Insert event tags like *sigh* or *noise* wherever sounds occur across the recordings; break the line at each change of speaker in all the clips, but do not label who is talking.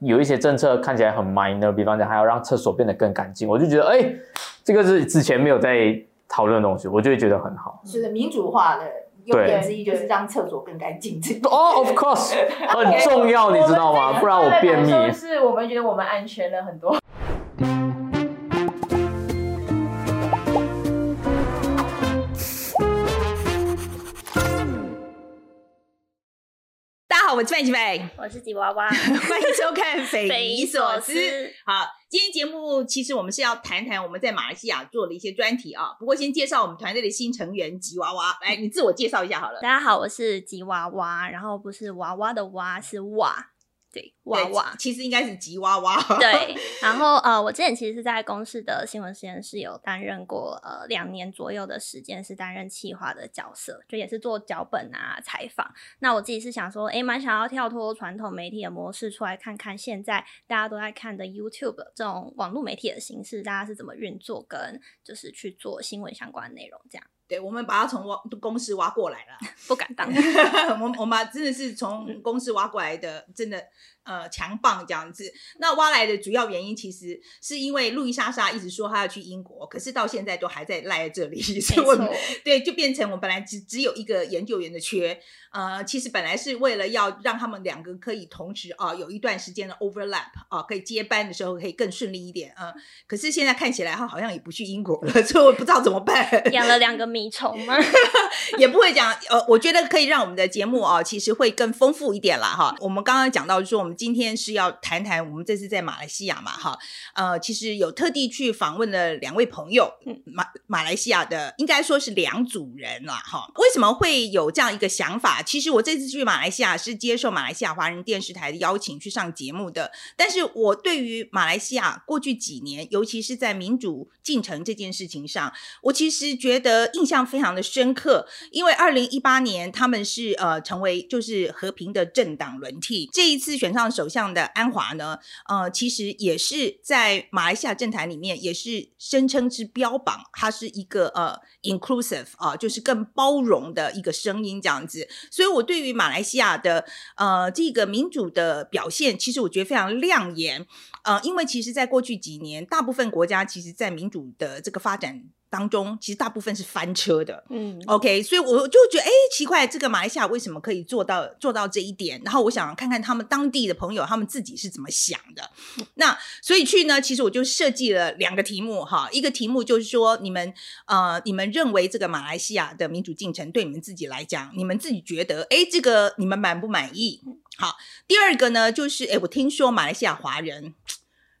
有一些政策看起来很 minor，比方讲还要让厕所变得更干净，我就觉得哎，这个是之前没有在讨论的东西，我就会觉得很好。
嗯
就是民主化的优点之一，就是让厕所更干净。
哦、oh,，of
*laughs*
course，很重要，你知道吗？不然我便秘。
是我们觉得我们安全了很多。
*laughs* 大家好，我是范琪
*laughs*
斐，
我是吉娃娃，
欢迎收看《匪
匪
夷
夷
所
所
思
思》。
好，今天节目其实我们是要谈谈我们在马来西亚做的一些专题啊。不过先介绍我们团队的新成员吉娃娃，
*laughs*
来，你自我介绍一下好了。
大家好，我是吉娃娃，然后不是娃娃的娃，是哇，对，娃
对
娃。
其实应该是吉娃娃。
对， *laughs* 然后呃，我之前其实是在公司的新闻实验室有担任过呃两年左右的时间，是担任企划的角色，就也是做脚本啊采访。那我自己是想说，诶，蛮想要跳脱传统媒体的模式，出来看看现在大家都在看的 YouTube 这种网络媒体的形式，大家是怎么运作，跟就是去做新闻相关的内容，这样
对，我们把他从挖公司挖过来了。
不敢当。
*laughs* 我们我们把真的是从公司挖过来的，真的呃强棒这样子。那挖来的主要原因其实是因为路易莎莎一直说她要去英国，可是到现在都还在赖在这里，所以我们
没错
*laughs* 对就变成我们本来只只有一个研究员的缺，呃，其实本来是为了要让他们两个可以同时啊、有一段时间的 overlap 啊、可以接班的时候可以更顺利一点啊、呃可是现在看起来他好像也不去英国了， *laughs* 所以我不知道怎么办。
养了两个米虫吗？
也不会讲，呃，我觉得可以让我们的节目啊、其实会更丰富一点啦哈。我们刚刚讲到说，我们今天是要谈谈我们这次在马来西亚嘛哈，呃，其实有特地去访问了两位朋友，马马来西亚的应该说是两组人啦哈。为什么会有这样一个想法？其实我这次去马来西亚是接受马来西亚华人电视台的邀请去上节目的，但是我对于马来西亚过去几年，尤其是在民主进程这件事情上，我其实觉得印象非常的深刻，因为二零一八年他们是呃成为就是和平的政党轮替，这一次选上首相的安华呢，呃，其实也是在马来西亚政坛里面也是声称是标榜它是一个呃 inclusive 啊、就是更包容的一个声音这样子，所以我对于马来西亚的呃这个民主的表现，其实我觉得非常亮眼，呃，因为其实，在过去几年，大部分国家其实，在民主的这个发展当中，其实大部分是翻车的。
*laughs* 嗯，
OK，所以我就觉得，哎，奇怪，这个马来西亚为什么可以做到做到这一点？然后我想看看他们当地的朋友，他们自己是怎么想的。那所以去呢，其实我就设计了两个题目哈，一个题目就是说，你们呃，你们认为这个马来西亚的民主进程对你们自己来讲，你们自己觉得，哎，这个你们满不满意？好，第二个呢，就是哎，我听说马来西亚华人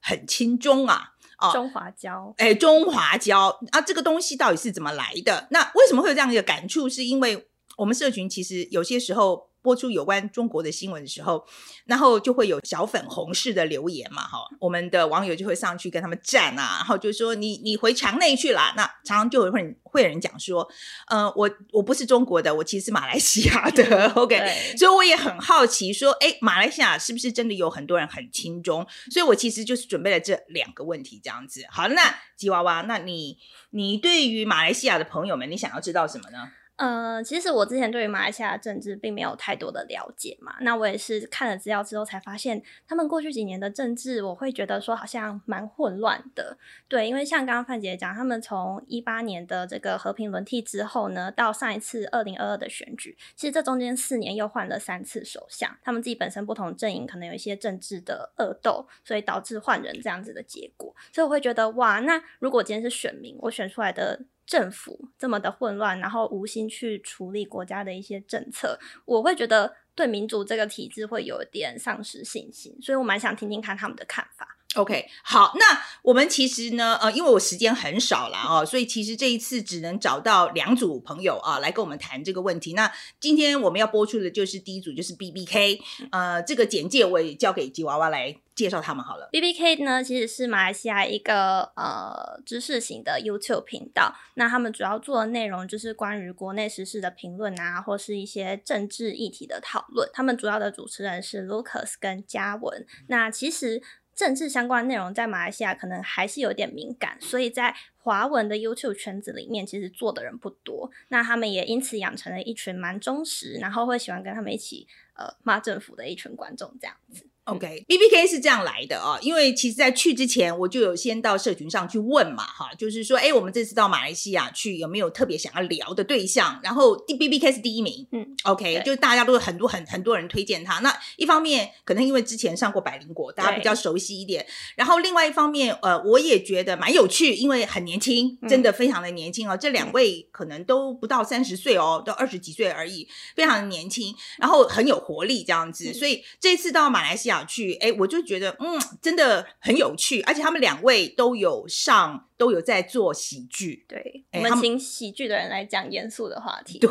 很亲中啊，哦
中华胶。
哎，中华胶啊，这个东西到底是怎么来的？那为什么会有这样一个感触？是因为我们社群其实有些时候播出有关中国的新闻的时候，然后就会有小粉红式的留言嘛，哈，我们的网友就会上去跟他们战啊，然后就说你你回墙内去啦。那常常就会有人会有人讲说，呃，我我不是中国的，我其实是马来西亚的，OK，
对
所以我也很好奇说，哎，马来西亚是不是真的有很多人很轻中？所以我其实就是准备了这两个问题，这样子。好，那吉娃娃，那你你对于马来西亚的朋友们，你想要知道什么呢？
呃，其实我之前对于马来西亚的政治并没有太多的了解嘛，那我也是看了资料之后才发现，他们过去几年的政治，我会觉得说好像蛮混乱的。对，因为像刚刚范姐讲，他们从一八年的这个和平轮替之后呢，到上一次二零二二的选举，其实这中间四年又换了三次首相，他们自己本身不同阵营可能有一些政治的恶斗，所以导致换人这样子的结果。所以我会觉得哇，那如果今天是选民，我选出来的政府这么的混乱，然后无心去处理国家的一些政策，我会觉得对民主这个体制会有一点丧失信心，所以我蛮想听听看他们的看法。
OK，好，那我们其实呢，呃，因为我时间很少啦，哦，所以其实这一次只能找到两组朋友啊、来跟我们谈这个问题。那今天我们要播出的就是第一组，就是 B B K，呃，这个简介我也交给吉娃娃来介绍他们好了。
B B K 呢，其实是马来西亚一个呃知识型的 YouTube 频道，那他们主要做的内容就是关于国内时事的评论啊，或是一些政治议题的讨论。他们主要的主持人是 Lucas 跟嘉文，那其实政治相关内容在马来西亚可能还是有点敏感，所以在华文的 YouTube 圈子里面，其实做的人不多。那他们也因此养成了一群蛮忠实，然后会喜欢跟他们一起呃骂政府的一群观众这样子。
OK，B B K 是这样来的啊、因为其实在去之前，我就有先到社群上去问嘛，哈，就是说，哎，我们这次到马来西亚去有没有特别想要聊的对象？然后 B B K 是第一名，
嗯
，OK，
对
就是大家都有很多很很多人推荐他。那一方面可能因为之前上过百灵果，大家比较熟悉一点，然后另外一方面，呃，我也觉得蛮有趣，因为很年轻，真的非常的年轻哦。这两位可能都不到三十岁哦，都二十几岁而已，非常的年轻，然后很有活力这样子。所以这次到马来西亚去，哎，我就觉得嗯，真的很有趣，而且他们两位都有上，都有在做喜剧。
对，
哎
我
他
们
们
请喜剧的人来讲严肃的话
*laughs*
题。
对，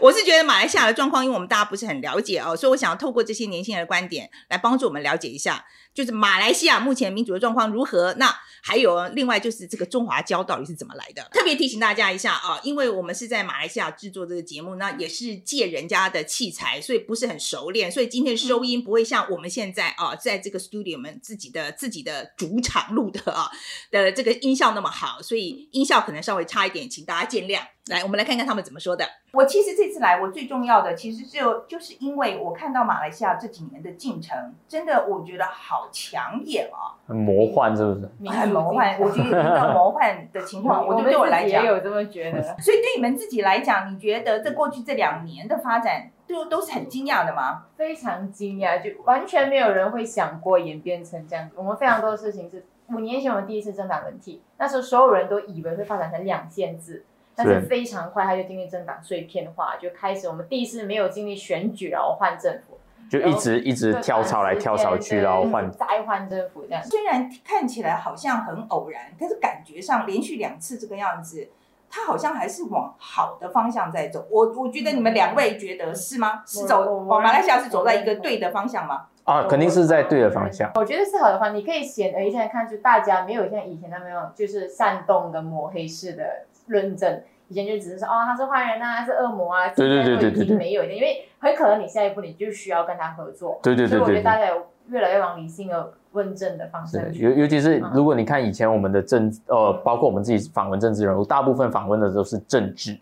我是觉得马来西亚的状况，因为我们大家不是很了解哦，所以我想要透过这些年轻人的观点来帮助我们了解一下，就是马来西亚目前民主的状况如何。那还有哦另外就是这个中华胶到底是怎么来的？特别提醒大家一下啊，因为我们是在马来西亚制作这个节目，那也是借人家的器材，所以不是很熟练，所以今天的收音不会像我们现在啊，在这个 studio 我们自己的自己的主场录的啊的这个音效那么好，所以
嗯
音效可能稍微差一点，请大家见谅。来，我们来看看他们怎么说的。
我其实这次来，我最重要的其实就就是因为我看到马来西亚这几年的进程，真的我觉得好抢眼啊，
很魔幻是不是？
很魔幻。我觉得已经到魔幻的情
*laughs*
况，我
我
觉
们
得对我来
自己
讲
也，有这么
*laughs*
觉得。
所以对你们自己来讲，你觉得这过去这两年的发展都都是很惊讶的吗？
非常惊讶，就完全没有人会想过演变成这样子。我们非常多的事情是五年前我们第一次政党轮替，那时候所有人都以为会发展成两县制，但是非常快它就经历政党碎片化，就开始我们第一次没有经历选举，然后换政府，
就一直一直跳槽来跳槽去，然后换
哦对再换政府这样子。
虽然看起来好像很偶然，但是感觉上连续两次这个样子，它好像还是往好的方向在走。我我觉得你们两位觉得是吗？是走
我我
往马来西亚是走在一个对的方向吗？
啊，肯定是在对的方向。
我觉得是好的话，你可以显而易见地看出大家没有像以前那么样就是煽动跟抹黑式的论证。以前就只是说哦他是坏人啊，他是恶魔啊，
对对对对对对
现在都已经没有一点，因为很可能你下一步你就需要跟他合作，
对对对
所以我觉
对
得
对
大。家有越来越往理性的问政的方向
是，
去。
尤尤其是
嗯
如果你看以前我们的政，呃，包括我们自己访问政治人物，大部分访问的都是政治。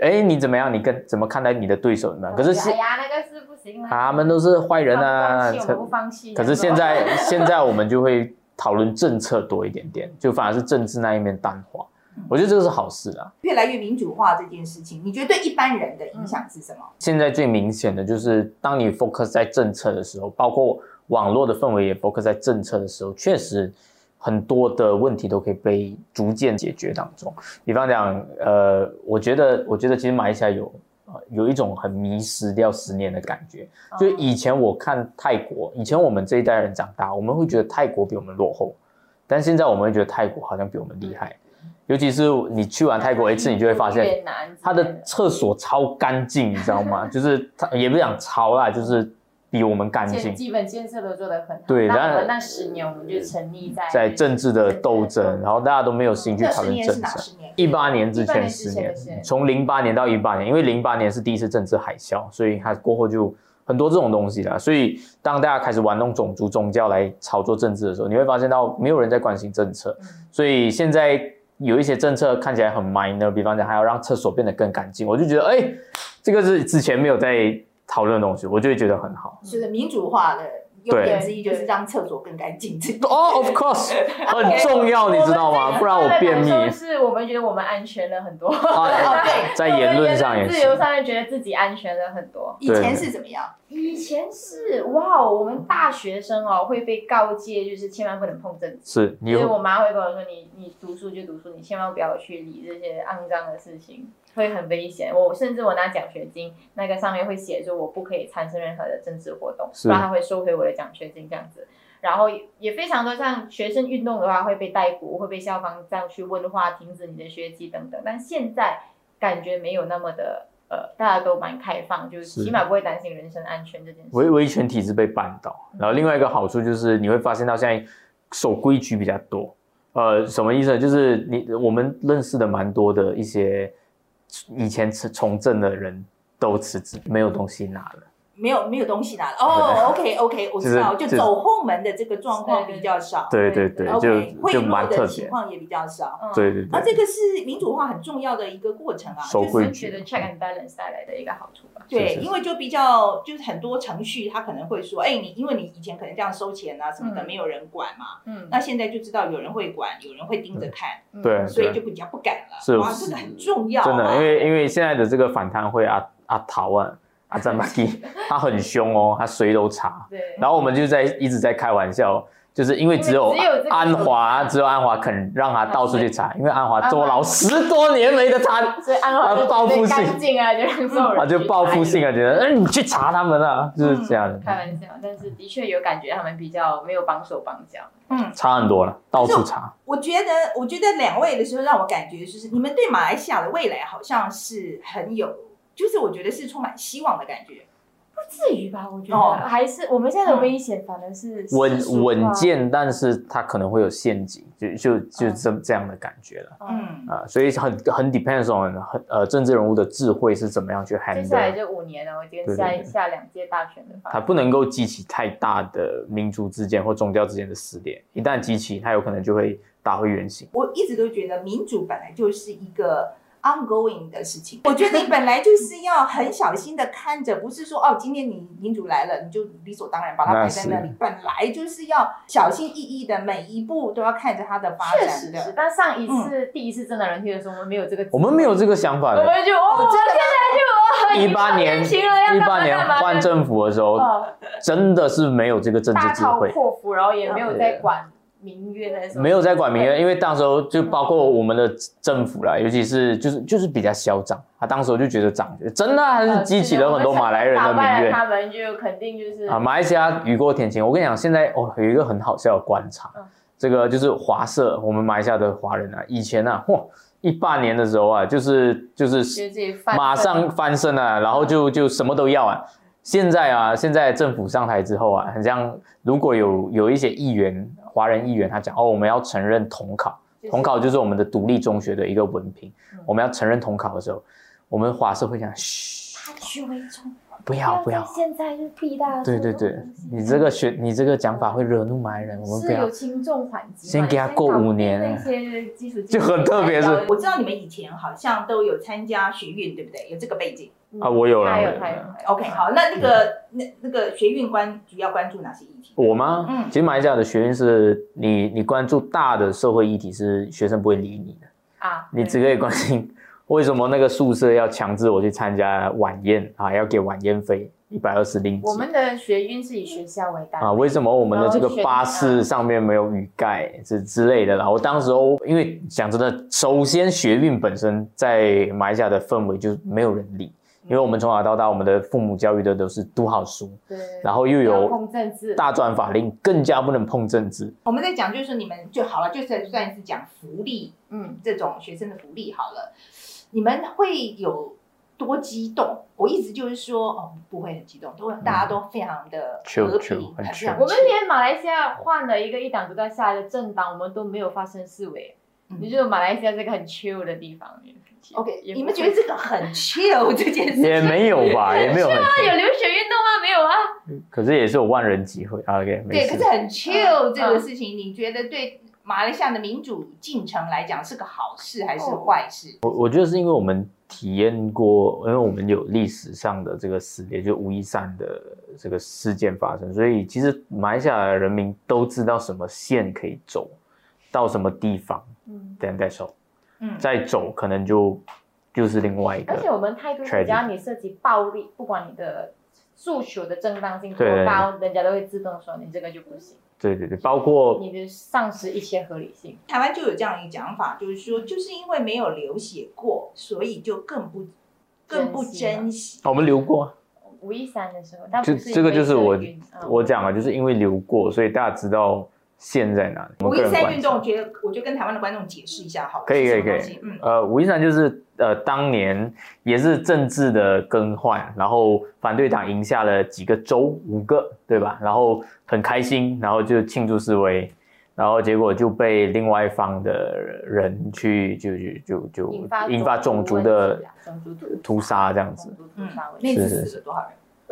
哎，你怎么样？你跟怎么看待你的对手呢？可是
哎
现
呀，那个是不行啊，
他们都是坏人啊
我们
可
不放弃，我们不放弃。
可是现在 *laughs* 现在我们就会讨论政策多一点点，就反而是政治那一面淡化
嗯。
我觉得这个是好事啊。
越来越民主化这件事情，你觉得对一般人的影响是什么？
现在最明显的就是，当你 focus 在政策的时候，包括网络的氛围也 focus 在政策的时候，确实很多的问题都可以被逐渐解决当中。比方讲，呃，我觉得，我觉得其实马来西亚有。呃有一种很迷失掉十年的感觉，
哦
就以前我看泰国，以前我们这一代人长大，我们会觉得泰国比我们落后，但现在我们会觉得泰国好像比我们厉害，
嗯
尤其是你去完泰国一次，你就会发现，
越南
他的厕所超干净，你知道
*laughs*
吗？就是他也不讲超啦，就是比我们干
建
净。
基本建设都做得很好，
对
那
然
我
后
们那十年我们就沉溺在
在政治的斗
政嗯
争，然后大家都没有心去
嗯这
讨
十
论
年是
政
哪
策。
十年？
一八年之前十
18年
年
之前的，事
从零八年到一八年，因为零八年是第一次政治海啸，所以它过后就很多这种东西啦。所以当大家开始玩弄种族、宗教来炒作政治的时候，你会发现到没有人在关心政策。
嗯
所以现在有一些政策看起来很 minor，比方讲还要让厕所变得更干净，我就觉得哎、这个是之前没有在讨论的东西，我就会觉得很
*laughs*
好。
就是民主化的优点之一就是让厕所更干净。这个
哦、o f
*laughs*
course，很重要，你知道吗？不然我便秘
我们这个感受是我们觉得我们安全了很多，
啊， *laughs* 在言论上也
我们觉得自
是
由。上面觉得自己安全了很多。
以前是怎么样？
以前是哇哦，我们大学生哦会被告诫，就是千万不能碰政治。
是你
所以我妈会跟我说：“你你读书就读书，你千万不要去理这些肮脏的事情，会很危险。我甚至我拿奖学金，那个上面会写说我不可以参生任何的政治活动，
是
不然他会收回我的奖学金这样子。然后也非常多，像学生运动的话会被逮捕，会被校方这样去问话，停止你的学籍等等。但现在感觉没有那么的呃，大家都蛮开放，就是
是
起码不会担心人身安全这件事。
维维权体制被绊倒，然后另外一个好处就是你会发现到现在守规矩比较多。呃，什么意思呢？就是你我们认识的蛮多的一些以前从从政的人都辞职，没有东西拿了，
没有没有东西拿了。哦，OK OK，我知道，
就
就是走后门的这个状况
对
比较少。
对对对，
OK，
就
贿
就
赂
蛮
的
特
情
别，
况也比较少。
嗯
对对
啊，这
对，
个是民主化很重要的一个过程啊，
守
就是
规
就是
矩
觉得 check and balance 带来的一个好处吧。
是
对，
是
因为就比较就是很多程序，他可能会说，哎，你因为你以前可能这样收钱啊什么的，
嗯
没有人管嘛，
嗯，
那现在就知道有人会管，有人会盯着看，
嗯
对啊
所以就比较不敢了。
是
哇，这个很重要啊，
真的，因为因为现在的这个反贪会阿阿桃啊，阿赞巴
*laughs*
基，他很凶哦，他谁都查，
对，
然后我们就在一直在开玩笑，就是因为只有
因为只有这个
安华，
手机
只有安华肯让他到处去查，因为安华坐牢十多年没得贪，
所以安华
他
就
报复性
干净啊，就让所有人
他就
去
报复
查
性啊，觉得嗯你去查他们啊，就是这样
开
的，
玩笑，但是的确有感觉他们比较没有帮手帮脚。
嗯，
差很多了，到处查，
我觉得，我觉得两位的时候让我感觉就是，你们对马来西亚的未来好像是很有，就是我觉得是充满希望的感觉。
至于吧，我觉得、
哦
还是我们现在的危险反而是啊世俗
稳
化
稳。健，但是他可能会有陷阱，就就就这这样的感觉了。
嗯，
嗯，
啊、所以很很 depends on 很呃政治人物的智慧是怎么样去
接下来
handle，
这五年呢，我觉
对对
得下
对
一下两届大选的方
它
案，
不能够激起太大的民族之间或宗教之间的撕裂，一旦激起，它有可能就会打回原形。
我一直都觉得民主本来就是一个 ongoing 的事情。我觉得你本来就是要很小心的看着，不是说哦，今天你民主来了，你就理所当然把它
那
摆在那
是
里。本来就是要小心翼翼的，每一步都要看着它的发
确
展
实是
的。。
但上一次、第一次真的人体的时候，我们没有这个，
我们没有，这个想法
我
的。
们就哦，这现在就
一八年，
行了，要
一
干嘛
八年
干嘛
换政府的时候，
哦
真的是没有这个政治
大
智
刀
慧，
阔斧，然后也没有在管民怨的时候，
没有在管民怨，因为当时候就包括我们的政府啦，尤其是就是就是比较嚣张，他当时候就觉得涨，真的还是激起了很多马来人的
打
民
败了
怨。
他们就肯定就是
啊，马来西亚雨过天晴。我跟你讲，现在哦有一个很好笑的观察，
嗯
这个就是华社，我们马来西亚的华人啊，以前啊，嚯，一八年的时候啊，就是就
觉得
是
自己犯
马
错
上
了
翻身啊，然后就就什么都要啊。现在啊，现在政府上台之后啊，很像如果有有一些议员，华人议员他讲哦，我们要承认统考，
就是
统考就是我们的独立中学的一个文凭
嗯，
我们要承认统考的时候，我们华社会讲嘘，
虚伪中，
不要不要
在。现在就是必大
对对对，你这个学，你这个讲法会惹怒马来人，我们不
是
要
有。轻重缓急嘛，
先给他过五年啊
那些基础
就很特别是
我知道你们以前好像都有参加学运，对不对？有这个背景。
啊我有了
嗯他
我有
有
了
他有他有
OK，好，那那个那那个学运关主要关注哪些议题？
我吗？
嗯
其实马来西亚的学院是你，你关注大的社会议题是学生不会理你的，
啊，
你只可以关心为什么那个宿舍要强制我去参加晚宴啊，要给晚宴费一百二十令吉
我们的学运是以学校为单位
啊，为什么我们的这个
然后选
巴士上面没有雨盖之之类的啦？我当时候因为讲真的，首先学运本身在马来西亚的氛围就没有人理，
嗯
因为我们从小到大，我们的父母教育的都是读好书，
对，
然后又
不要
有
碰政治，
大专法令，更加不能碰政治。
我们在讲就是说你们就好了，就是算是讲福利
嗯，
这种学生的福利好了，你们会有多激动？我一直就是说，哦，不会很激动，都大家都非常的
Chill，
和
chill，
平，
很
很
chill
我们连马来西亚换了一个一党独大下来的政党，我们都没有发生示威，
嗯
你就是马来西亚这个很 chill 的地方。
OK，
也不
你们觉得这个很 chill 这件
*laughs*
事？
也没有吧，也没有很，
那有流血运动吗？啊没有啊，
可是也是有万人集会。啊 OK，没
对，可
事
是。很 chill
嗯
这个事情，你觉得对马来西亚的民主进程来讲是个好事还是
哦
坏事？
我我觉得是因为我们体验过，因为我们有历史上的这个撕裂，就五一三的这个事件发生，所以其实马来西亚人民都知道什么线可以走，到什么地方，
嗯。
等再走，
嗯，
再走可能就就是另外一
而且
个。
我们态度是，
Tragic
只要你涉及暴力，不管你的诉求的正当性多
对
高，人家都会自动说你这个就不行，
对对对，包括
你就丧失一切合理性。
台湾就有这样一个讲法，就是说，就是因为没有流血过，所以就更不更不珍惜。
我们留过啊，
五一三的时候，但
这
不是
这个就是我
因为嗯社运
我讲了，就是因为留过，所以大家知道线在哪里。我
五
们个
一
人
三
观
运
察
动，觉得我就跟台湾的观众解释一下好了，
可以
是
可以
什么东
可以
西嗯，
呃，吴一山就是呃，当年也是政治的更换，然后反对党赢下了几个州，五个，对吧？然后很开心，然后就庆祝示威，然后结果就被另外一方的人去就就就就
引发
引发种族
问
的
题啊种族
屠杀这样子。
种族屠杀问
那
题。
次
是是
死了多少人？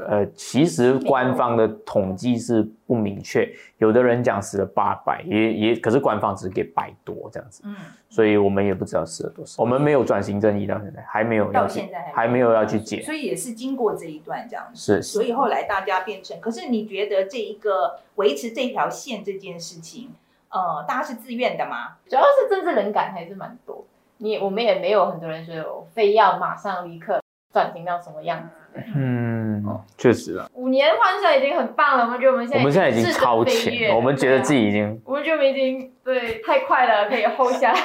呃，其实官方的统计是不明确，有的人讲死了八百，也也，可是官方只给百多这样子，
嗯，
所以我们也不知道死了多少。我们没有转型正义到现在，还没有要
到
去
现在还
还没有要去解，
所以也是经过这一段这样子。
是
所以后来大家变成，可是你觉得这一个维持这条线这件事情，呃，大家是自愿的吗？
主要是政治冷感还是蛮多。你我们也没有很多人说非要马上立刻转型到什么样子。
嗯，确实了，
五年换下已经很棒了，我们觉得我们现在
我们现在已经
质的
超
飞跃
前，我们觉得自，
对啊
己已经
我们觉得我们已经对太快了，可以 hold 下来，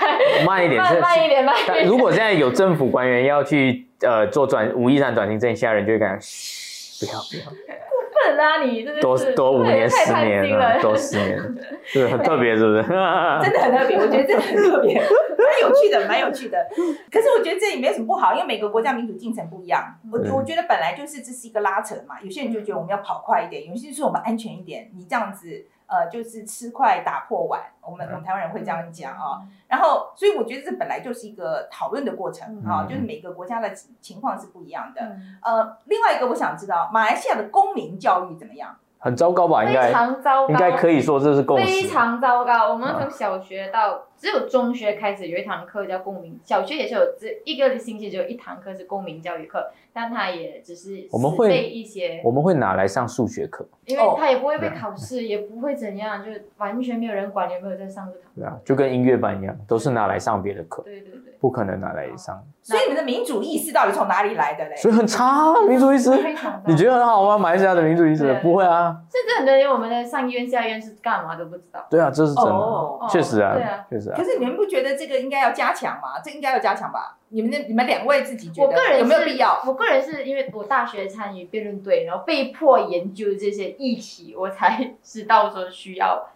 慢一点，
*laughs* 慢
是
慢一点，慢一
但
点。
如果现在有政府官员要去呃做转无意上转型正义，现在人就会感觉嘘，不要不要，
不能啊，你真的
多
是
多五
对
年
太
十
贪
年
心了
了，，多十年
*laughs*
了，是很特别，是不是？ *laughs*
真的很特别，我觉得真的很特别，蛮有趣的，蛮有趣的。可是我觉得这也没有什么不好，因为每个国家民主进程不一样。我
嗯
我觉得本来就是这是一个拉扯嘛，有些人就觉得我们要跑快一点，有些人说我们安全一点，你这样子呃就是吃快打破碗，我
嗯
们我们台湾人会这样讲啊、然后，所以我觉得这本来就是一个讨论的过程
嗯
啊、就是每个国家的情情况是不一样的。呃，另外一个我想知道，马来西亚的公民教育怎么样？
很糟糕啊吧？应
非
该
常糟糕，
应该可以说这是共
非
识。
常糟糕。我们
啊
从小学到只有中学开始有一堂课叫公民，小学也是有只一个星期只有一堂课是公民教育课，但它也只是
我们会
背一些，
我们会拿来上数学课，
因为它也不会被考试，也不会怎样，就是完全没有人管有没有在上这堂。
对啊，就跟音乐班一样，都是拿来上别的课，
对对对，
不可能拿来上，
所以你们的民主意识到底从哪里来的嘞？
所以很差啊。民主意识，
非常糟糕。
你觉得很好吗？马来西亚的民主意识
对
不会啊，
甚至很多人我们的上医院、下医院是干嘛都不知道。
对啊，这是真的，
哦
哦
确实
对啊
啊，确实啊
可。是你们不觉得这个应该要加强吗？这应该要加强吧？你们的你们两位自己觉
我
得
个人是
有没有必要？？
我个人是因为我大学参与辩论队，然后被迫研究这些议题，我才知道说需要。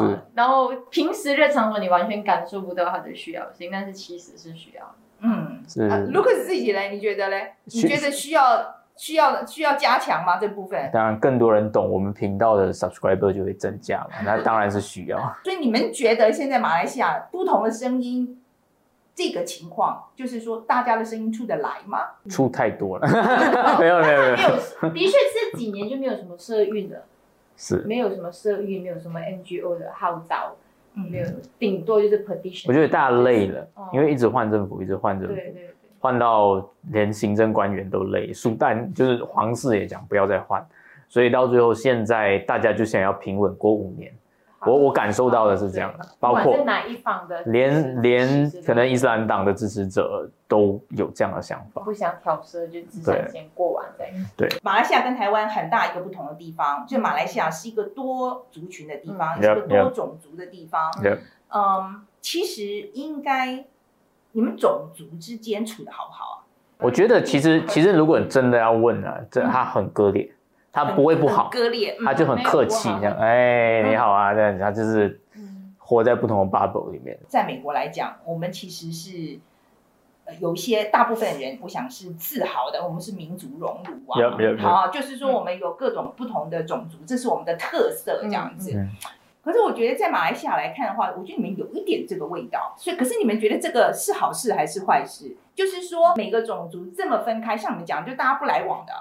是
嗯，然后平时日常中你完全感受不到它的需要性，但是其实是需
*laughs*
要的。
嗯，
是
啊，Lucas 自己嘞，你觉得嘞？你
需
觉得需要需要需要加强吗？这部分？
当然，更多人懂我们频道的 subscriber 就会增加嘛，那当然是需要。
所以你们觉得现在马来西亚不同的声音这个情况，就是说大家的声音出得来吗？
出太多了，没有没有没有
没，有，的确这几年就没有什么社运了，
是，
没有什么社运，没有什么 NGO 的号召，
嗯
没有，顶多就是 petition。
我觉得大家累了
哦，
因为一直换政府，一直换政府
对。对对，
换到连行政官员都累，苏丹就是皇室也讲不要再换，所以到最后现在大家就想要平稳过五年。我我感受到的是这样的
对，
包
不
括
管是哪一方的，
连连可能伊斯
兰
兰党的支持者都有这样的想法。
不想挑事，就只想先过完再
马来西亚跟台湾很大一个不同的地方，就马来西亚是一个多族群的地方，
嗯
也是一个
Yep, yep.
多种族的地方。
Yep
嗯，其实应该你们种族之间处的好不好啊？
我觉得其实其实如果真的要问啊，这
嗯
他很割裂，他啊不会不
啊很
好，
割裂，嗯
他就很客气，这样哎
嗯
你好啊这样子，他就是
嗯
活在不同的 bubble 里面。
在美国来讲，我们其实是。呃有一些大部分人，我想是自豪的，我们是民族熔炉啊
Yep, yep, yep.
好啊就是说我们有各种不同的种族，这是我们的特色，这样子。
嗯嗯
可是我觉得在马来西亚来看的话，我觉得你们有一点这个味道，所以可是你们觉得这个是好事还是坏事？就是说每个种族这么分开，像你们讲，就大家不来往的，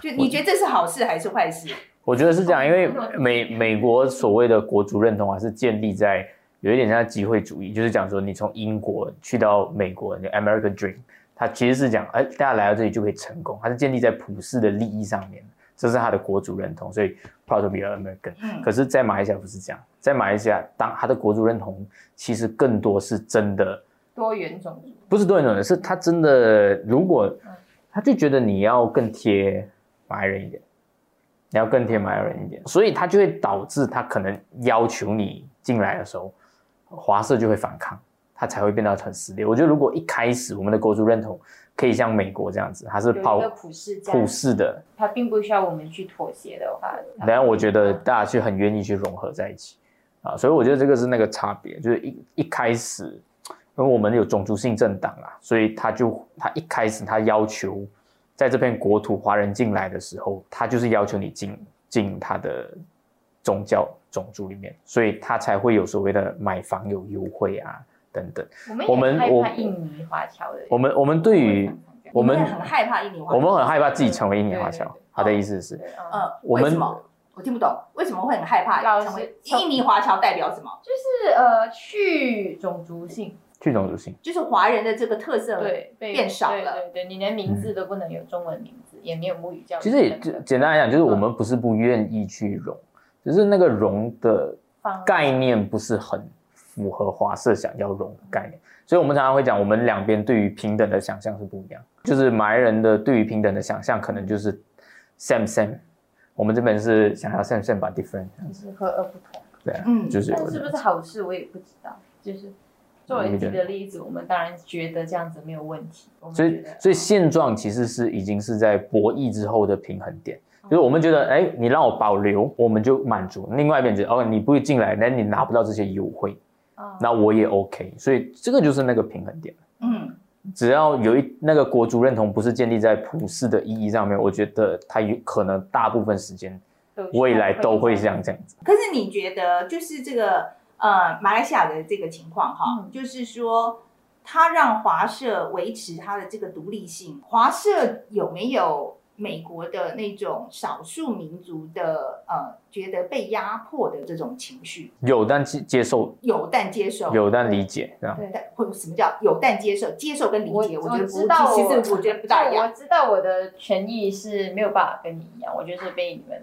就你觉得这是好事还是坏事？
我觉得是这样，因为美美国所谓的国族认同啊，是建立在有一点像集会主义，就是讲说你从英国去到美国，你 American Dream，它其实是讲，哎、大家来到这里就可以成功，它是建立在普世的利益上面，这是它的国族认同，所以 proud to be an American。
嗯
可是，在马来西亚不是这样，在马来西亚，当它的国族认同其实更多是真的，
多元种族。
不是多元种的，是他真的，如果他就觉得你要更贴马来人一点，你要更贴马来人一点，所以他就会导致他可能要求你进来的时候，华社就会反抗，他才会变得很撕裂。我觉得如果一开始我们的国族认同可以像美国这样子，它是
有一
跑
个普世价值，
普世的，
它并不需要我们去妥协的话，它
然后我觉得
嗯
大家是很愿意去融合在一起啊，所以我觉得这个是那个差别，就是一一开始，因为我们有种族性政党啦，所以他就他一开始他要求在这片国土华人进来的时候，他就是要求你进进他的宗教种族里面，所以他才会有所谓的买房有优惠啊等等。
我
我
们
们
也害
我
怕印尼华侨的。
我们我们对于
会反抗这样
我们
你也很害怕印尼话，
我们很害怕自己成为印尼华
对对
侨
对，
他的意思是，
嗯，
呃，
我
为
们
什么？我听不懂，为什么会很害怕
老
成为
师
印尼华侨代表什么？
就是呃去种族性，
去种族性。
就是华人的这个特色。，
对，被
变少了
对对对，你连名字都不能有中文名字，也没有母语教育
嗯其
等
实
等的。
也就简单来讲，就是我们不是不愿意去融，只是那个融的
方
概念不是很符合华社想要融的概念，所以我们常常会讲，我们两边对于平等的想象是不一样。就是马来人的对于平等的想象，可能就是 same same，我们这边是想要 same same 把 different，
就是和而不同，
对啊，
嗯
就是有
但是
的
不是好事我也不知道。就是作为自己的例子，我们当然觉得这样子没有问题。我们
所
觉
以
得，
所以现状其实是已经是在博弈之后的平衡点，
嗯
就是我们觉得，哎，你让我保留，我们就满足；另外一边觉得，哦，你不进来，那你拿不到这些优惠，
嗯
那我也 OK。所以这个就是那个平衡点。
嗯，
只要有一那个国族认同不是建立在普世的意义上面，我觉得它有可能大部分时间未来都会像这样子。
可是你觉得就是这个呃马来西亚的这个情况哈，
嗯
就是说它让华社维持它的这个独立性，华社有没有美国的那种少数民族的呃觉得被压迫的这种情绪？
有但接接受，
有但接受，
有但理解，这样。
对
但或者什么叫有但接受？接受跟理解，我觉得不
知道
其
我，
实我觉得不大一
就我
样。
知道我的权益是没有办法跟你一样，我就是被你们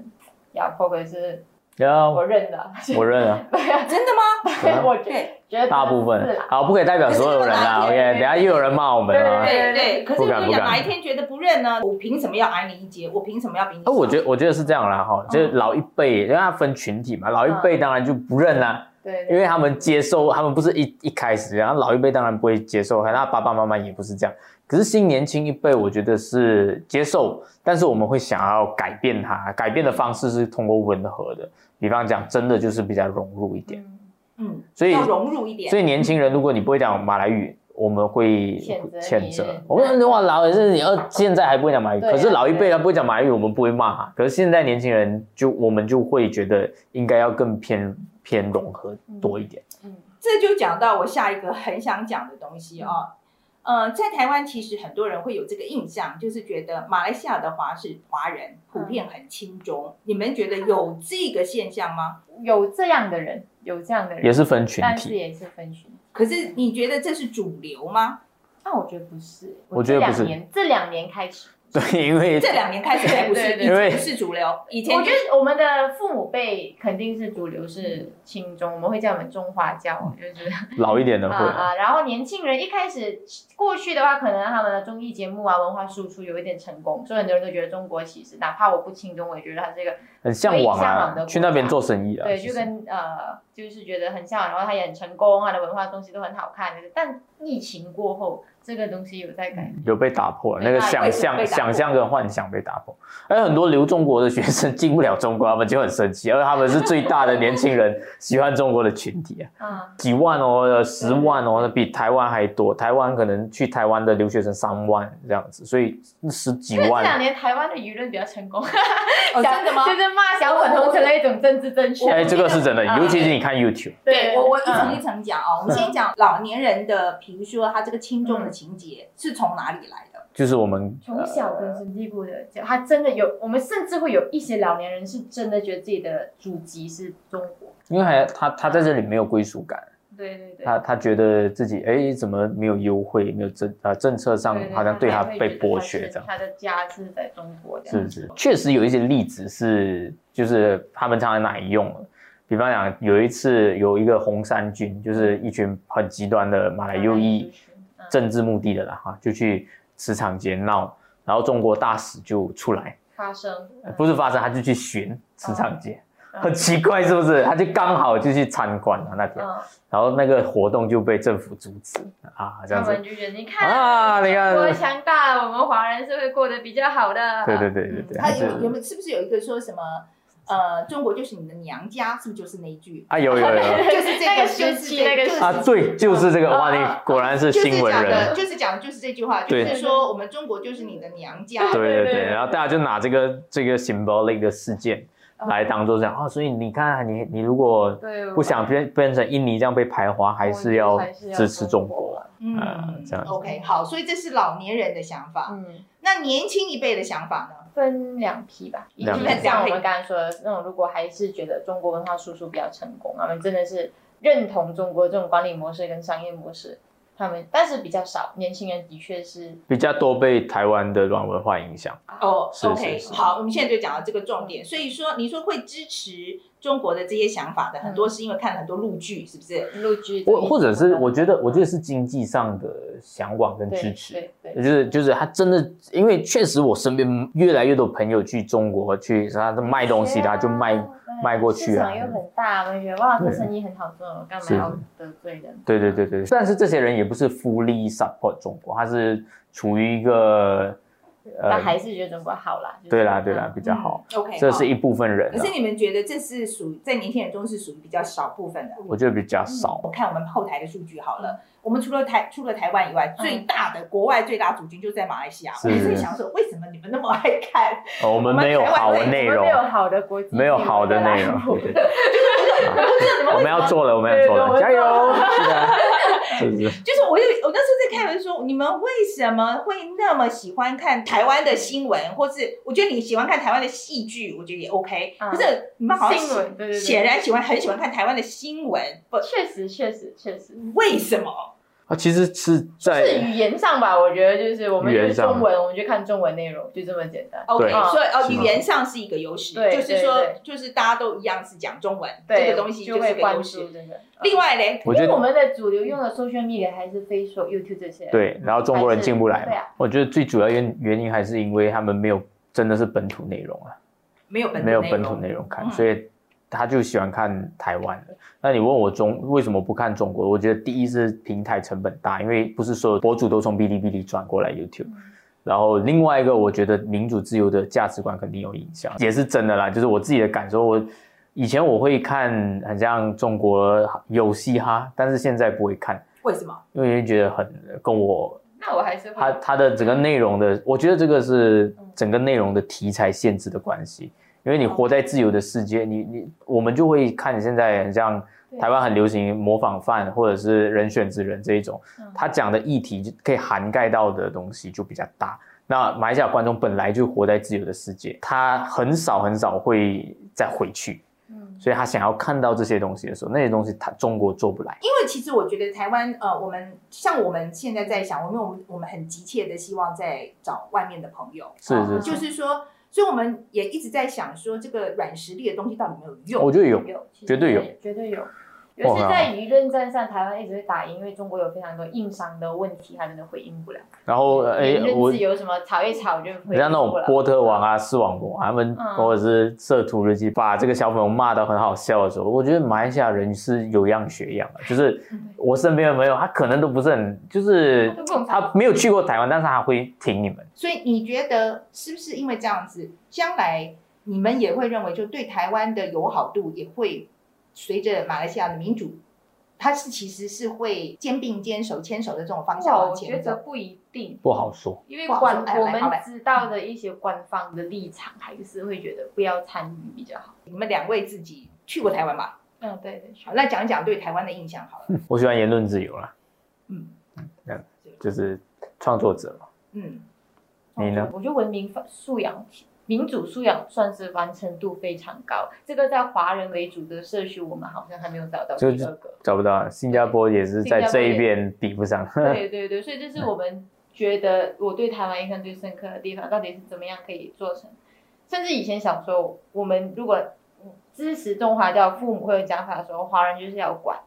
压迫，可是
然后
我认的。
哦我认啊，
真的吗？
可能
*laughs* 我觉
对
觉得
大部
是
分啊
啦
好不可以代表所有人啦。
*laughs* 可
OK，
是
等下又有人骂我们
对
啊
对。
对对，可是
不
如
敢不
果
敢
哪一天觉得不认呢？我凭什么要矮你一截？我凭什么要比你
那
少？
啊我觉得我觉得是这样啦哈，就是老一辈，因为他分群体嘛，老一辈当然就不认啦、
对，
因
对
为他们接受，他们不是一一开始这样，然后老一辈当然不会接受，那爸爸妈妈也不是这样。可是新年轻一辈，我觉得是接受，但是我们会想要改变它，改变的方式是通过温和的，比方讲，真的就是比较融入一点。
嗯
嗯，
所以
要融入一点。
所以年轻人，如果你不会讲马来语，我们会
谴责你
谴责。我们说哇，老也是你二现在还不会讲马来语，
对啊
可是老一辈他不会讲马来语，我们不会骂他。可是现在年轻人就我们就会觉得应该要更偏偏融合多一点。
嗯
这就讲到我下一个很想讲的东西哦。呃，在台湾其实很多人会有这个印象，就是觉得马来西亚的华是华人普遍很轻中。你们觉得有这个现象吗？
有这样的人，有这样的人
也是分群
但是
体。
也是分群体。
可是你觉得这是主流吗？
那我觉得不是，
我觉得不是
这两年这两年开始，
对，因为
这两年开始
*laughs*
还不是，
对对对
以前
因为
不是主流，以前
我觉得我们的父母辈肯定是主流是亲中，我们会叫我们中华
嗯
教，就是
老一点的
啊
会，
啊。然后年轻人一开始过去的话，可能他们的综艺节目啊、文化输出有一点成功，所以很多人都觉得中国其实哪怕我不亲中，我也觉得它是一个
很向往
所以向往的
啊，
国家
去那边做生意啊。
对，
其
就
实
跟呃，就是觉得很像，然后他也很成功，他啊的文化东西都很好看。但疫情过后，这个东西有在改，
有被打破，
对
那个
那
想
为什么
象、
被打破
想象跟幻想被打破。而很多留中国的学生进不了中国，他们就很生气，而他们是最大的年轻人喜欢中国的群体啊，
嗯，
几万哦，十万哦，比台湾还多。台湾可能去台湾的留学生三万这样子，所以十几
因为这两
万。
年台湾的舆论比较成功，
哦 *laughs*
小
真的吗？
*laughs* 就是骂小粉红成了一种政治正确。
哎，这个是真的，
嗯
尤其是你看 YouTube，
对我我一层
嗯嗯
一层讲哦，我们先讲老年人的，比如说他这个轻重的情节是从哪里来的？
就是我们
从小根深蒂固的，他真的有，我们甚至会有一些老年人是真的觉得自己的祖籍是中国。
因为还他他在这里没有归属感。
对对对，
他他觉得自己哎，怎么没有优惠，没有政啊、政策上好像对他被剥削这样，
他的家是在中国这
是
样
不。是？确实有一些例子是，就是他们常常拿来用了。比方讲，有一次有一个红衫军，就是一群很极端的马来啊右翼
嗯
政治目的的啦哈，就去磁场节闹，然后中国大使就出来，
发生
呃不是发生，他就去巡磁场节，
嗯
很奇怪是不是？他就刚好就去参观了那天，
嗯，
然后那个活动就被政府阻止啊，这
他
样子。
们就觉得你看
啊你看
中国强大，我们华人是会过得比较好的。
对对对对对，
嗯他
就
有有没有是不是有一个说什么？呃，中国就是你的娘家，是不是就是那一句？
啊有有有
就是这
*laughs* 那
个
个时期那个时期
啊，对，就是这个
啊
哇，
啊
你
啊
果然是新闻人，
就是讲的，就是讲的就是这句话，就
对
是说我们中国就是你的娘家。
对对
对
对，
对
然后大家就拿这个这个 symbolic 的事件
啊
来当做这样啊，所以你看啊你你如果
对，
不想变变成印尼这样被排华，还是要支持中国。啊
啊。
嗯
这样子
OK，好，所以这是老年人的想法。
嗯，
那年轻一辈的想法呢？
分两批吧，一
两
批
批
是像我们刚才说的那种，如果还是觉得中国文化输出比较成功，他们真的是认同中国这种管理模式跟商业模式，他们但是比较少，年轻人的确是
比较多被台湾的软文化影响。
哦、
是
o k
是是
好，我们现在就讲到这个重点。所以说，你说会支持中国的这些想法的，很多是因为看了很多陆剧，是不是？
陆剧，
或或者是我觉得，我觉得是经济上的向往跟
对
支持。
对对
就是就是他真的，因为确实我身边越来越多朋友去中国去，他卖东西的，他就卖。卖过去啊
啊市场又很大，我们觉得哇，这
对
生意很好做，干嘛
是
要得罪人？
对对对对，但是这些人也不是 fully support 中国，他是处于一个
但
呃，
还是觉得中国好啦。就是
对啦对
嗯
啦，比较好，
嗯，OK，
这是
好
一部分人
可
啊，
是你们觉得这是属于在年轻人中是属于比较少部分的？
我觉得嗯比较少
我。看我们后台的数据好了，我们除了台除了台湾以外，
嗯
最大的国外最大族群就在马来西亚。我
是
一直想说，为什么你们那么爱看？
呃我们
我们
没有
台湾
好的
人
内
嗯我们
容
没，有好的国际
没有好的内容
新闻，
对对对
*laughs*
啊我们要做了，我们要做了，
对对
加油！是的，是
*laughs*
不是？
就是我有我那时候在开玩笑说，你们为什么会那么喜欢看台湾的新闻，或是我觉得你喜欢看台湾的戏剧，我觉得也 OK。
嗯
可是你们好像
新闻对对对
显然喜欢很喜欢看台湾的新闻，不
*laughs* 确实确实确实。
为什么？
啊，其实是
是
在
语言上吧，我觉得就是我们
语
就
言
是
上
中文，我们就看中文内容，就这么简单。
OK，
对
所以哦，
是
语言上是一个优势，
对
就是说
对，
就是大家都一样是讲中文，
对，
这个东西
就是会
个
关
优势
注。这个。嗯
另外嘞，
我
因
觉
为
得
我们的主流用的 social media 还是 Facebook、YouTube 这些。
对，然后中国人进不来
还是对啊
嘛。我觉得最主要原原因还是因为他们没有真的是本土内容啊，
没有本土
没有
内
本土
容
内容看，
嗯
所以他就喜欢看台湾的。那你问我中为什么不看中国？我觉得第一是平台成本大，因为不是所有博主都从哔哩哔哩转过来 YouTube。然
嗯
后另外一个，我觉得民主自由的价值观肯定有影响，也是真的啦。就是我自己的感受，我以前我会看，很像中国有嘻哈，但是现在不会看，
为什么？
因为觉得很跟我
那我还是
它
会。
它的整个内容的，我觉得这个是
嗯
整个内容的题材限制的关系，因为你活在自由的世界，你你我们就会看现在很像
对
台湾很流行模仿犯或者是人选之人这一种，
嗯
他讲的议题就可以涵盖到的东西就比较大。那马来西亚观众本来就活在自由的世界，他很少很少会再回去，
嗯
所以他想要看到这些东西的时候，那些东西他中国做不来。
因为其实我觉得台湾，呃，我们像我们现在在想，因为我们我们很急切的希望在找外面的朋友，
是
哦
是
是
就是说，所以我们也一直在想说，这个软实力的东西到底有没有用？
我觉得有，
有，其实
绝对有，
绝对有。尤其是在舆论战上，台湾一直会打赢，因为中国有非常多硬伤的问题，他真的回应不了。
然后哎
言，论
我
自由什么吵一吵就回
你像
应
那
不
种
了。
波特王啊、视网膜啊，他们
嗯
或者是社图日记，把这个小粉红骂到很好笑的时候，我觉得马来西亚人是有样学样的，就是
嗯
我身边的朋友，他可能都不是很，就是
他都不懂
他没有去过台湾，但是他会挺你们。
所以你觉得是不是因为这样子，将来你们也会认为，就对台湾的友好度也会随着马来西亚的民主，它是其实是会肩并肩、手牵手的这种方向
哇
往
我觉
前
得
走？
不一定，
不好说，
因为
不好
官
说哎
我
来
们
好来
知道的一些官方的立场，还是会觉得不要参与比较好。
你们两位自己去过台湾吧？
嗯，对对，
好，那讲一讲对台湾的印象好了。
我喜欢言论自由啦，
嗯
就是创作者嘛。
嗯。
你呢？
我觉得文明素养、民主素养算是完成度非常高。这个在华人为主的社区，我们好像还没有找到第
就是
二个。
找不到啊，新加坡也是在
新加坡
这
也
一边比不上。
对对对，所以这是我们觉得我对台湾印象最深刻的地方，到底是怎么样可以做成？甚至以前小时候，我们如果支持中华教，父母会有讲法说华人就是要管，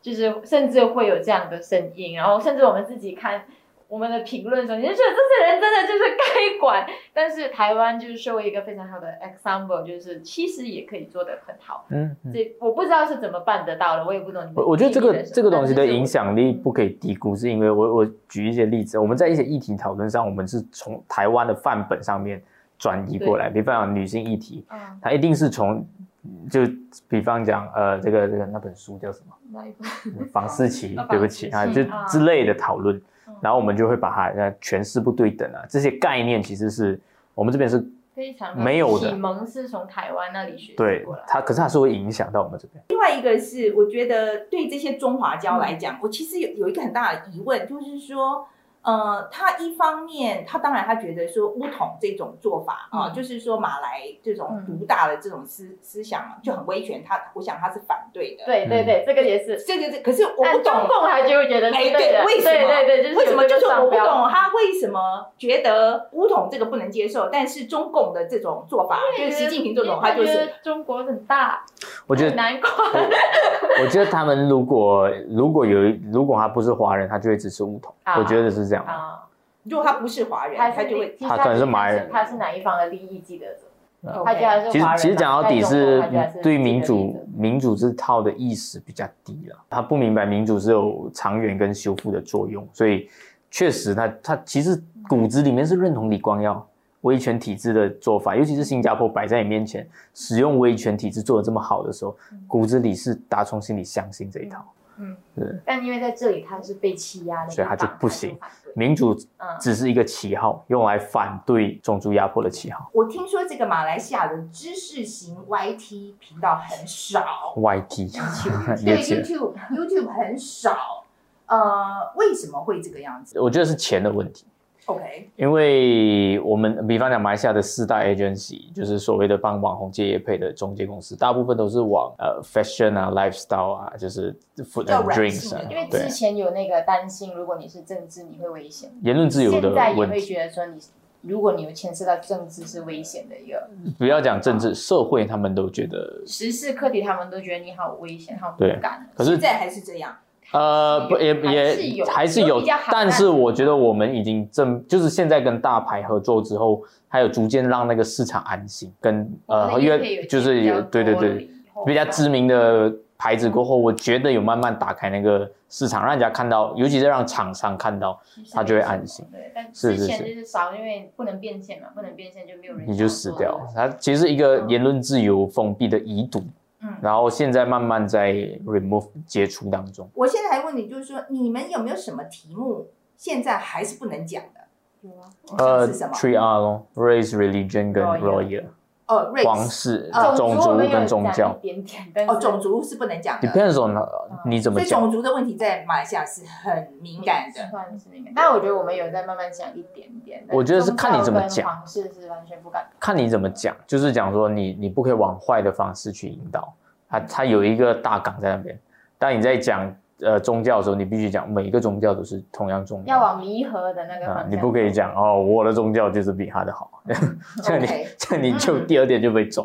就是甚至会有这样的声音，然后甚至我们自己看我们的评论的时候，你就觉得这些人真的就是该管。但是台湾就是作为一个非常好的 example，就是其实也可以做得很好。
*laughs* 嗯，嗯
这我不知道是怎么办得到的，我也不懂你们
我我觉得这
经历
个
了什么
这个东西的
但是我
影响力不可以低估，是因为我我举一些例子，我们在一些议题讨论上，我们是从台湾的范本上面转移过来，比方讲女性议题，
嗯，
它一定是从就比方讲呃这个这个那本书叫什
*laughs*
么，
那一部
房思琪
啊，
对不起啊，
房
就
思琪啊
之类的讨论
嗯，
然后我们就会把它呃诠释不对等啊，这些概念其实是我们这边是
非常的
没有的
启蒙是从台湾那里学习
对
过来。
它，可是它是会影响到我们这边。
另外一个
嗯
是，我觉得对这些中华教来讲，我其实有有一个很大的疑问，就是说，呃，他一方面，他当然他觉得说巫统这种做法啊、
嗯
就是说马来这种
嗯
独大的这种思、思想嘛就很威权，他我想他是反对的。，
对
嗯
对对，这个也是。
这个是可是我
但
不
中
懂，
共还就会觉得是
哎
对
对
的，
为什么
对对对，就是
为什么就是我
上
不
标
懂他为什么觉得巫统这个不能接受，但是中共的这种做法，就是习近平这种，他就
因为
是
觉得中国很大，
我觉得
很难怪。
*laughs* 我觉得他们如果如果有一如果他不是华人，他就会支持巫统。
啊
我觉得是这样。
啊，
如果他不是华人，*laughs*
他
他就会
他可能是马来人
他是哪一方的利益既得者？他
OK
觉得还是
其实
华人嘛啊
其实讲到底
在中
是
国他觉得还是
对
既得
民
利益
主
者
民主这套的意识比较低了，他不明白民主是有长远跟修复的作用，所以确实他他其实骨子里面是认同李光耀威权体制的做法，尤其是新加坡摆在你面前，使用威权体制做的这么好的时候，骨子里是打从心里相信这一套。
但因为在这里他是被欺压的地
所以
方，
他就不行
他就反对。
民主
嗯
只是一个旗号，用来反对种族压迫的旗号。
我听说这个马来西亚的知识型 YT 频道很少
*laughs* YT
对
也解
YouTube YouTube 很少，呃，为什么会这个样子
我觉得是钱的问题。
？OK，
因为我们比方讲马来西亚的四大 agency，就是所谓的帮网红接业配的中介公司，大部分都是往呃 fashion 啊、lifestyle 啊，就是 food
较
and
软性
drinks
的
啊，
因为
对
之前有那个担心，如果你是政治，你会危险。
言论自由的
现在也
问
会
题，
觉得说你，如果你有牵涉到政治是危险的一个
不要讲政治，社会他们都觉得
时事课题，他们都觉得你好危险，好
对
敏感。
可是
现在还是这样。
呃，不也
还是
也
有
还是
有
有
比较好，
但
但
是我觉得我们已经正就是现在跟大牌合作之后，还有逐渐让那个市场安心，跟呃因为就是有对对对，比较知名的牌子过后，我觉得有慢慢打开那个市场，让人家看到，尤其是让厂商看到，他就会安心。
对，但
是
之
是
前
是
就是少，因为不能变现嘛，不能变现就没有人，
你就死掉了。。它其实是一个
嗯
言论自由封闭的遗毒，
嗯
然后现在慢慢在 remove 解除当中。
我现在还问你，就是说你们有没有什么题目现在还是不能讲的？
有啊，
呃
是什么
，three R 咯，race、religion 跟
Lawyer
lawyer，
哦
皇
，race
室
呃、
种
我
族
们有
跟宗
讲
教
一点点，但
哦，
是
种族是不能讲的。
，depends on
嗯
呃你怎么
所以种
讲。
族的问题在马来西亚是很敏感的。
算是敏感。但我觉得我们有在慢慢想一点点。
我觉得是看你怎么
宗教
讲
跟皇室是完全不敢。
看你怎么讲，就是讲说你你不可以往坏的方式去引导，它它有一个大纲在那边。当你在讲呃宗教的时候，你必须讲每一个宗教都是同样重
要
要。
往弥合的那个方
啊
向，哦
你不可以讲哦，我的宗教就是比他的好，这样你
OK，
这样你
*laughs*
就第二天就被抓。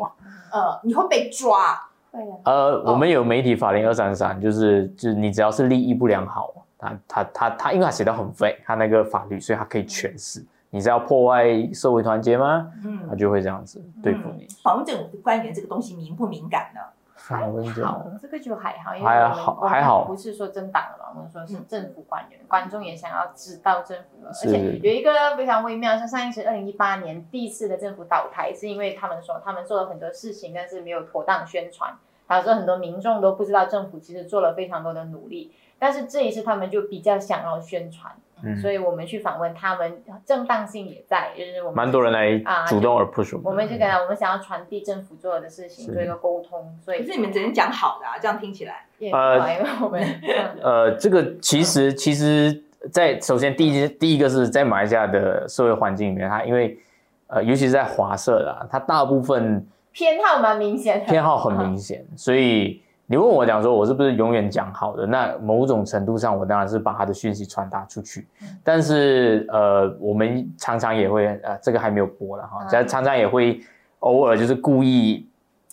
呃，你会被抓。
会啊，
呃，我们有媒体法令二三三，就是就是你只要是利益不良好，他他他他，因为他写的很废，他那个法律，所以他可以诠释。你是要破坏社会团结吗？他
嗯，
就会这样子对付你。
防政府官员这个东西敏不敏感呢？
啊我跟你讲
好，这个就还好，因为
还
我们
好
我们
还好
不是说政党了，我们说是政府官员，观众也想要知道政府了，
是
而且有一个非常微妙，像上一次二零一八年第一次的政府倒台，是因为他们说他们做了很多事情，但是没有妥当宣传，导致很多民众都不知道政府其实做了非常多的努力，但是这一次他们就比较想要宣传，
嗯
所以我们去访问他们，正当性也在，就是我们
蛮多人来
啊
主动而 push
我
我
们就
们
给他，我们想要传递政府做的事情，
是
做一个沟通，所
可
以
是你们只能讲好的啊，这样听起来。
也
呃
因为
*laughs*
我们嗯
呃，这个其实其实在，首先第一第一个是在马来西亚的社会环境里面，它因为呃，尤其是在华社啦，它大部分
偏好蛮明显的，
*laughs* 偏好很
嗯
明
*laughs*
显，所以你问我讲说我是不是永远讲好的，那某种程度上我当然是把他的讯息传达出去，但是呃，我们常常也会呃，这个还没有播了哈，
嗯
但常常也会偶尔就是故意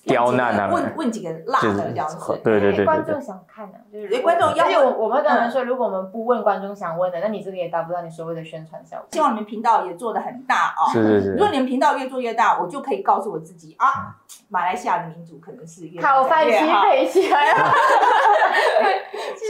刁难啊他们
问，问几个辣
就
的
是
这样子。
对对
哎
对对
观
对
众。想看的、就是
哎观众要
而且
问
我我们当然说，如果我们不问观众想问的，那你这个也达不到你所谓的宣传效
希
果。
望你们频道也做得很大哦。
是是是
如，果你们频道越做越大，我就可以告诉我自己啊，马来西亚的民主可能是越
讨饭 *laughs*
越
期
好
赔起来了，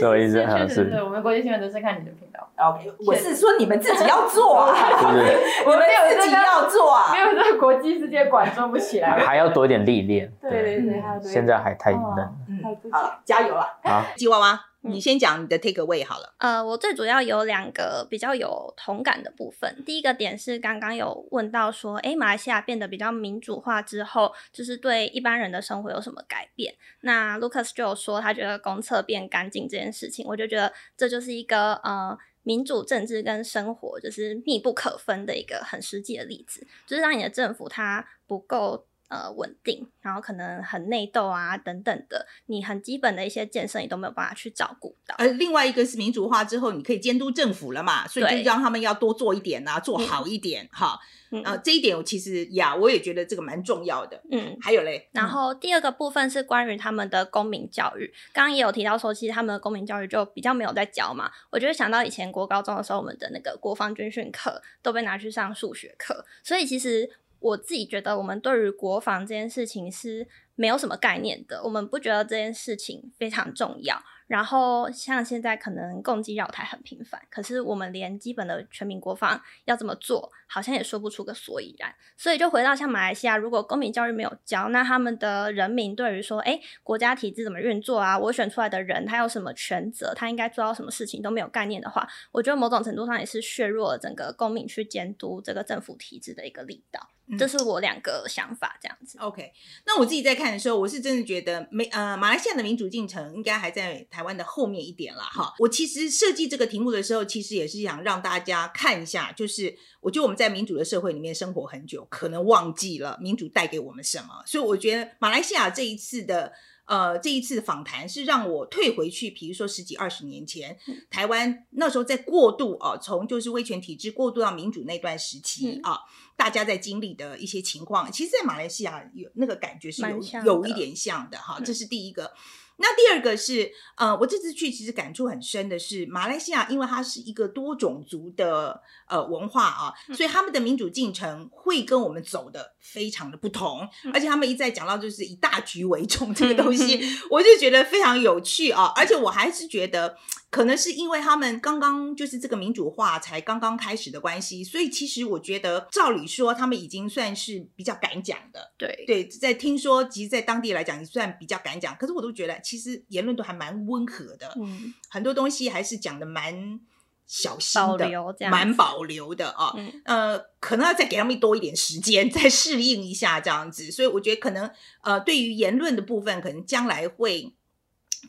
什么意思
确实
啊
是，确实
是
是我们国际新闻都是看你的频道，
OK，我是说你们自己要做啊， *laughs*
就是
你们
没有这
自己
个
要做啊
*laughs* 没。有这个国际世界馆做不起
*laughs*
来。
还要多一点历练。
对对对，还有这个
现在还太嫩
哦
嗯
还不，
好了，加油啦！
啊！
吉娃娃，
嗯
你先讲你的 take away 好了。
呃，我最主要有两个比较有同感的部分。第一个点是刚刚有问到说，诶，马来西亚变得比较民主化之后，就是对一般人的生活有什么改变？那 Lucas 就有说他觉得公厕变干净这件事情，我就觉得这就是一个呃。民主政治跟生活就是密不可分的一个很实际的例子，就是让你的政府它不够。呃，稳定，然后可能很内斗啊，等等的，你很基本的一些建设你都没有办法去照顾到。
而呃另外一个是民主化之后，你可以监督政府了嘛，所以就
对
让他们要多做一点啊，做好一点哈。
嗯
啊，这一点我其实呀，我也觉得这个蛮重要的。
嗯，
还有嘞，
然后第二个部分是关于他们的公民教育，刚刚也有提到说，其实他们的公民教育就比较没有在教嘛。我就会想到以前国高中的时候，我们的那个国防军训课都被拿去上数学课，所以其实我自己觉得，我们对于国防这件事情是没有什么概念的，我们不觉得这件事情非常重要。然后像现在可能共机绕台很频繁，可是我们连基本的全民国防要怎么做，好像也说不出个所以然。所以就回到像马来西亚，如果公民教育没有教，那他们的人民对于说，哎，国家体制怎么运作啊，我选出来的人他有什么权责，他应该做到什么事情都没有概念的话，我觉得某种程度上也是削弱了整个公民去监督这个政府体制的一个力道。
嗯哦
这是我两个想法，这样子。
OK，那我自己在看的时候，我是真的觉得美呃马来西亚的民主进程应该还在台湾的后面一点啦哈。我其实设计这个题目的时候，其实也是想让大家看一下，就是我觉得我们在民主的社会里面生活很久，可能忘记了民主带给我们什么，所以我觉得马来西亚这一次的。呃，这一次的访谈是让我退回去，比如说十几二十年前，台湾那时候在过渡哦、从就是威权体制过渡到民主那段时期
嗯
啊、大家在经历的一些情况，其实，在马来西亚有那个感觉是有
蛮像的
有一点像的哈，
嗯
这是第一个。那第二个是，呃，我这次去其实感触很深的是，马来西亚因为它是一个多种族的呃文化啊，所以他们的民主进程会跟我们走的非常的不同，而且他们一再讲到就是以大局为重这个东西，我就觉得非常有趣啊，而且我还是觉得。可能是因为他们刚刚就是这个民主化才刚刚开始的关系，所以其实我觉得，照理说他们已经算是比较敢讲的，
对，
对，在听说其实，在当地来讲也算比较敢讲，可是我都觉得其实言论都还蛮温和的，
嗯，
很多东西还是讲的蛮小心
保
的，
留这样子
蛮保留的啊、
嗯
呃，可能要再给他们多一点时间，再适应一下这样子。所以我觉得可能呃，对于言论的部分，可能将来会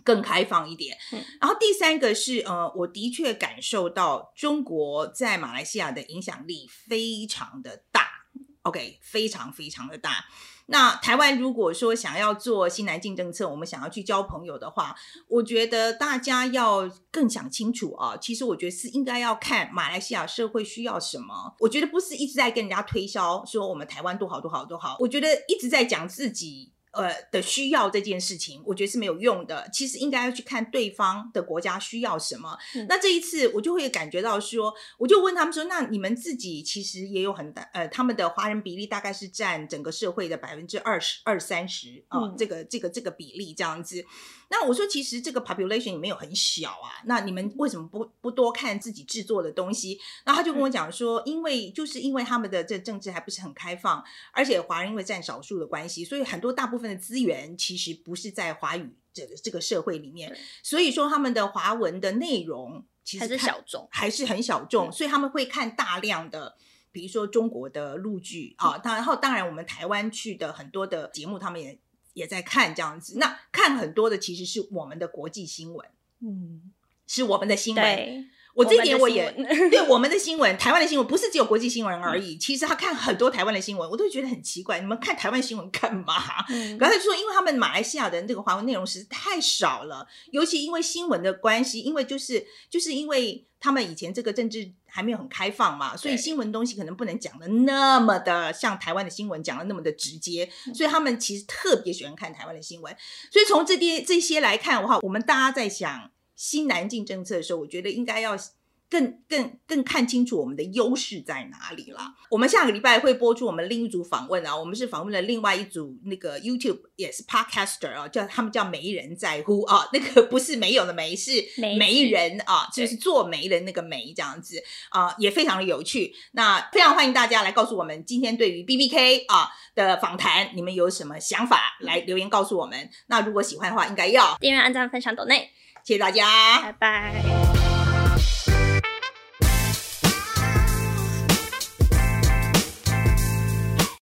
更开放一点。
嗯
然后第三个是呃，我的确感受到中国在马来西亚的影响力非常的大，OK，非常非常的大。那台湾如果说想要做新南进政策，我们想要去交朋友的话，我觉得大家要更想清楚啊。其实我觉得是应该要看马来西亚社会需要什么。我觉得不是一直在跟人家推销说我们台湾多好多好多好。我觉得一直在讲自己。呃的需要这件事情，我觉得是没有用的。其实应该要去看对方的国家需要什么。
嗯
那这一次我就会感觉到说，我就问他们说，那你们自己其实也有很大呃，他们的华人比例大概是占整个社会的百分之二十二三十啊
嗯，
这个这个这个比例这样子。那我说，其实这个 population 也没有很小啊，那你
嗯
们为什么不不多看自己制作的东西？然后他就
嗯
跟我讲说，因为就是因为他们的这政治还不是很开放，而且华人因为占少数的关系，所以很多大部分的资源其实不是在华语这个这个社会里面
对，
所以说他们的华文的内容其实
还是
看
小众。
还是很小众，
嗯
所以他们会看大量的。比如说中国的陆剧
嗯
啊，当然后当然我们台湾去的很多的节目，他们也也在看这样子。那看很多的其实是我们的国际新闻，
嗯，
是我们的新闻。
对，
我这一
们
点
的
我
新
也 *laughs*
闻
对我们的新闻，台湾的新闻不是只有国际新闻而已。其实他看很多台湾的新闻，我都觉得很奇怪，你们看台湾新闻干嘛？
*laughs* 嗯
刚才说，因为他们马来西亚的这个华文内容实在太少了，尤其因为新闻的关系，因为就是就是因为他们以前这个政治还没有很开放嘛，所以
对
新闻东西可能不能讲的那么的像台湾的新闻讲的那么的直接，所以他们其实特别喜欢看台湾的新闻。所以从这些这些来看的话，我们大家在想新南进政策的时候，我觉得应该要更更更看清楚我们的优势在哪里啦。我们下个礼拜会播出我们另一组访问啊，我们是访问了另外一组那个 YouTube 也是 Podcaster 啊，叫他们叫媒人在乎啊，那个不是没有的媒，是
媒体
媒人啊，就
对
是做媒的那个媒这样子啊，也非常的有趣。那非常欢迎大家来告诉我们今天对于 B B K 啊的访谈，你们有什么想法？来留言告诉我们。那如果喜欢的话，应该要
订阅、按赞、分享、抖内，
谢谢大家，
拜拜。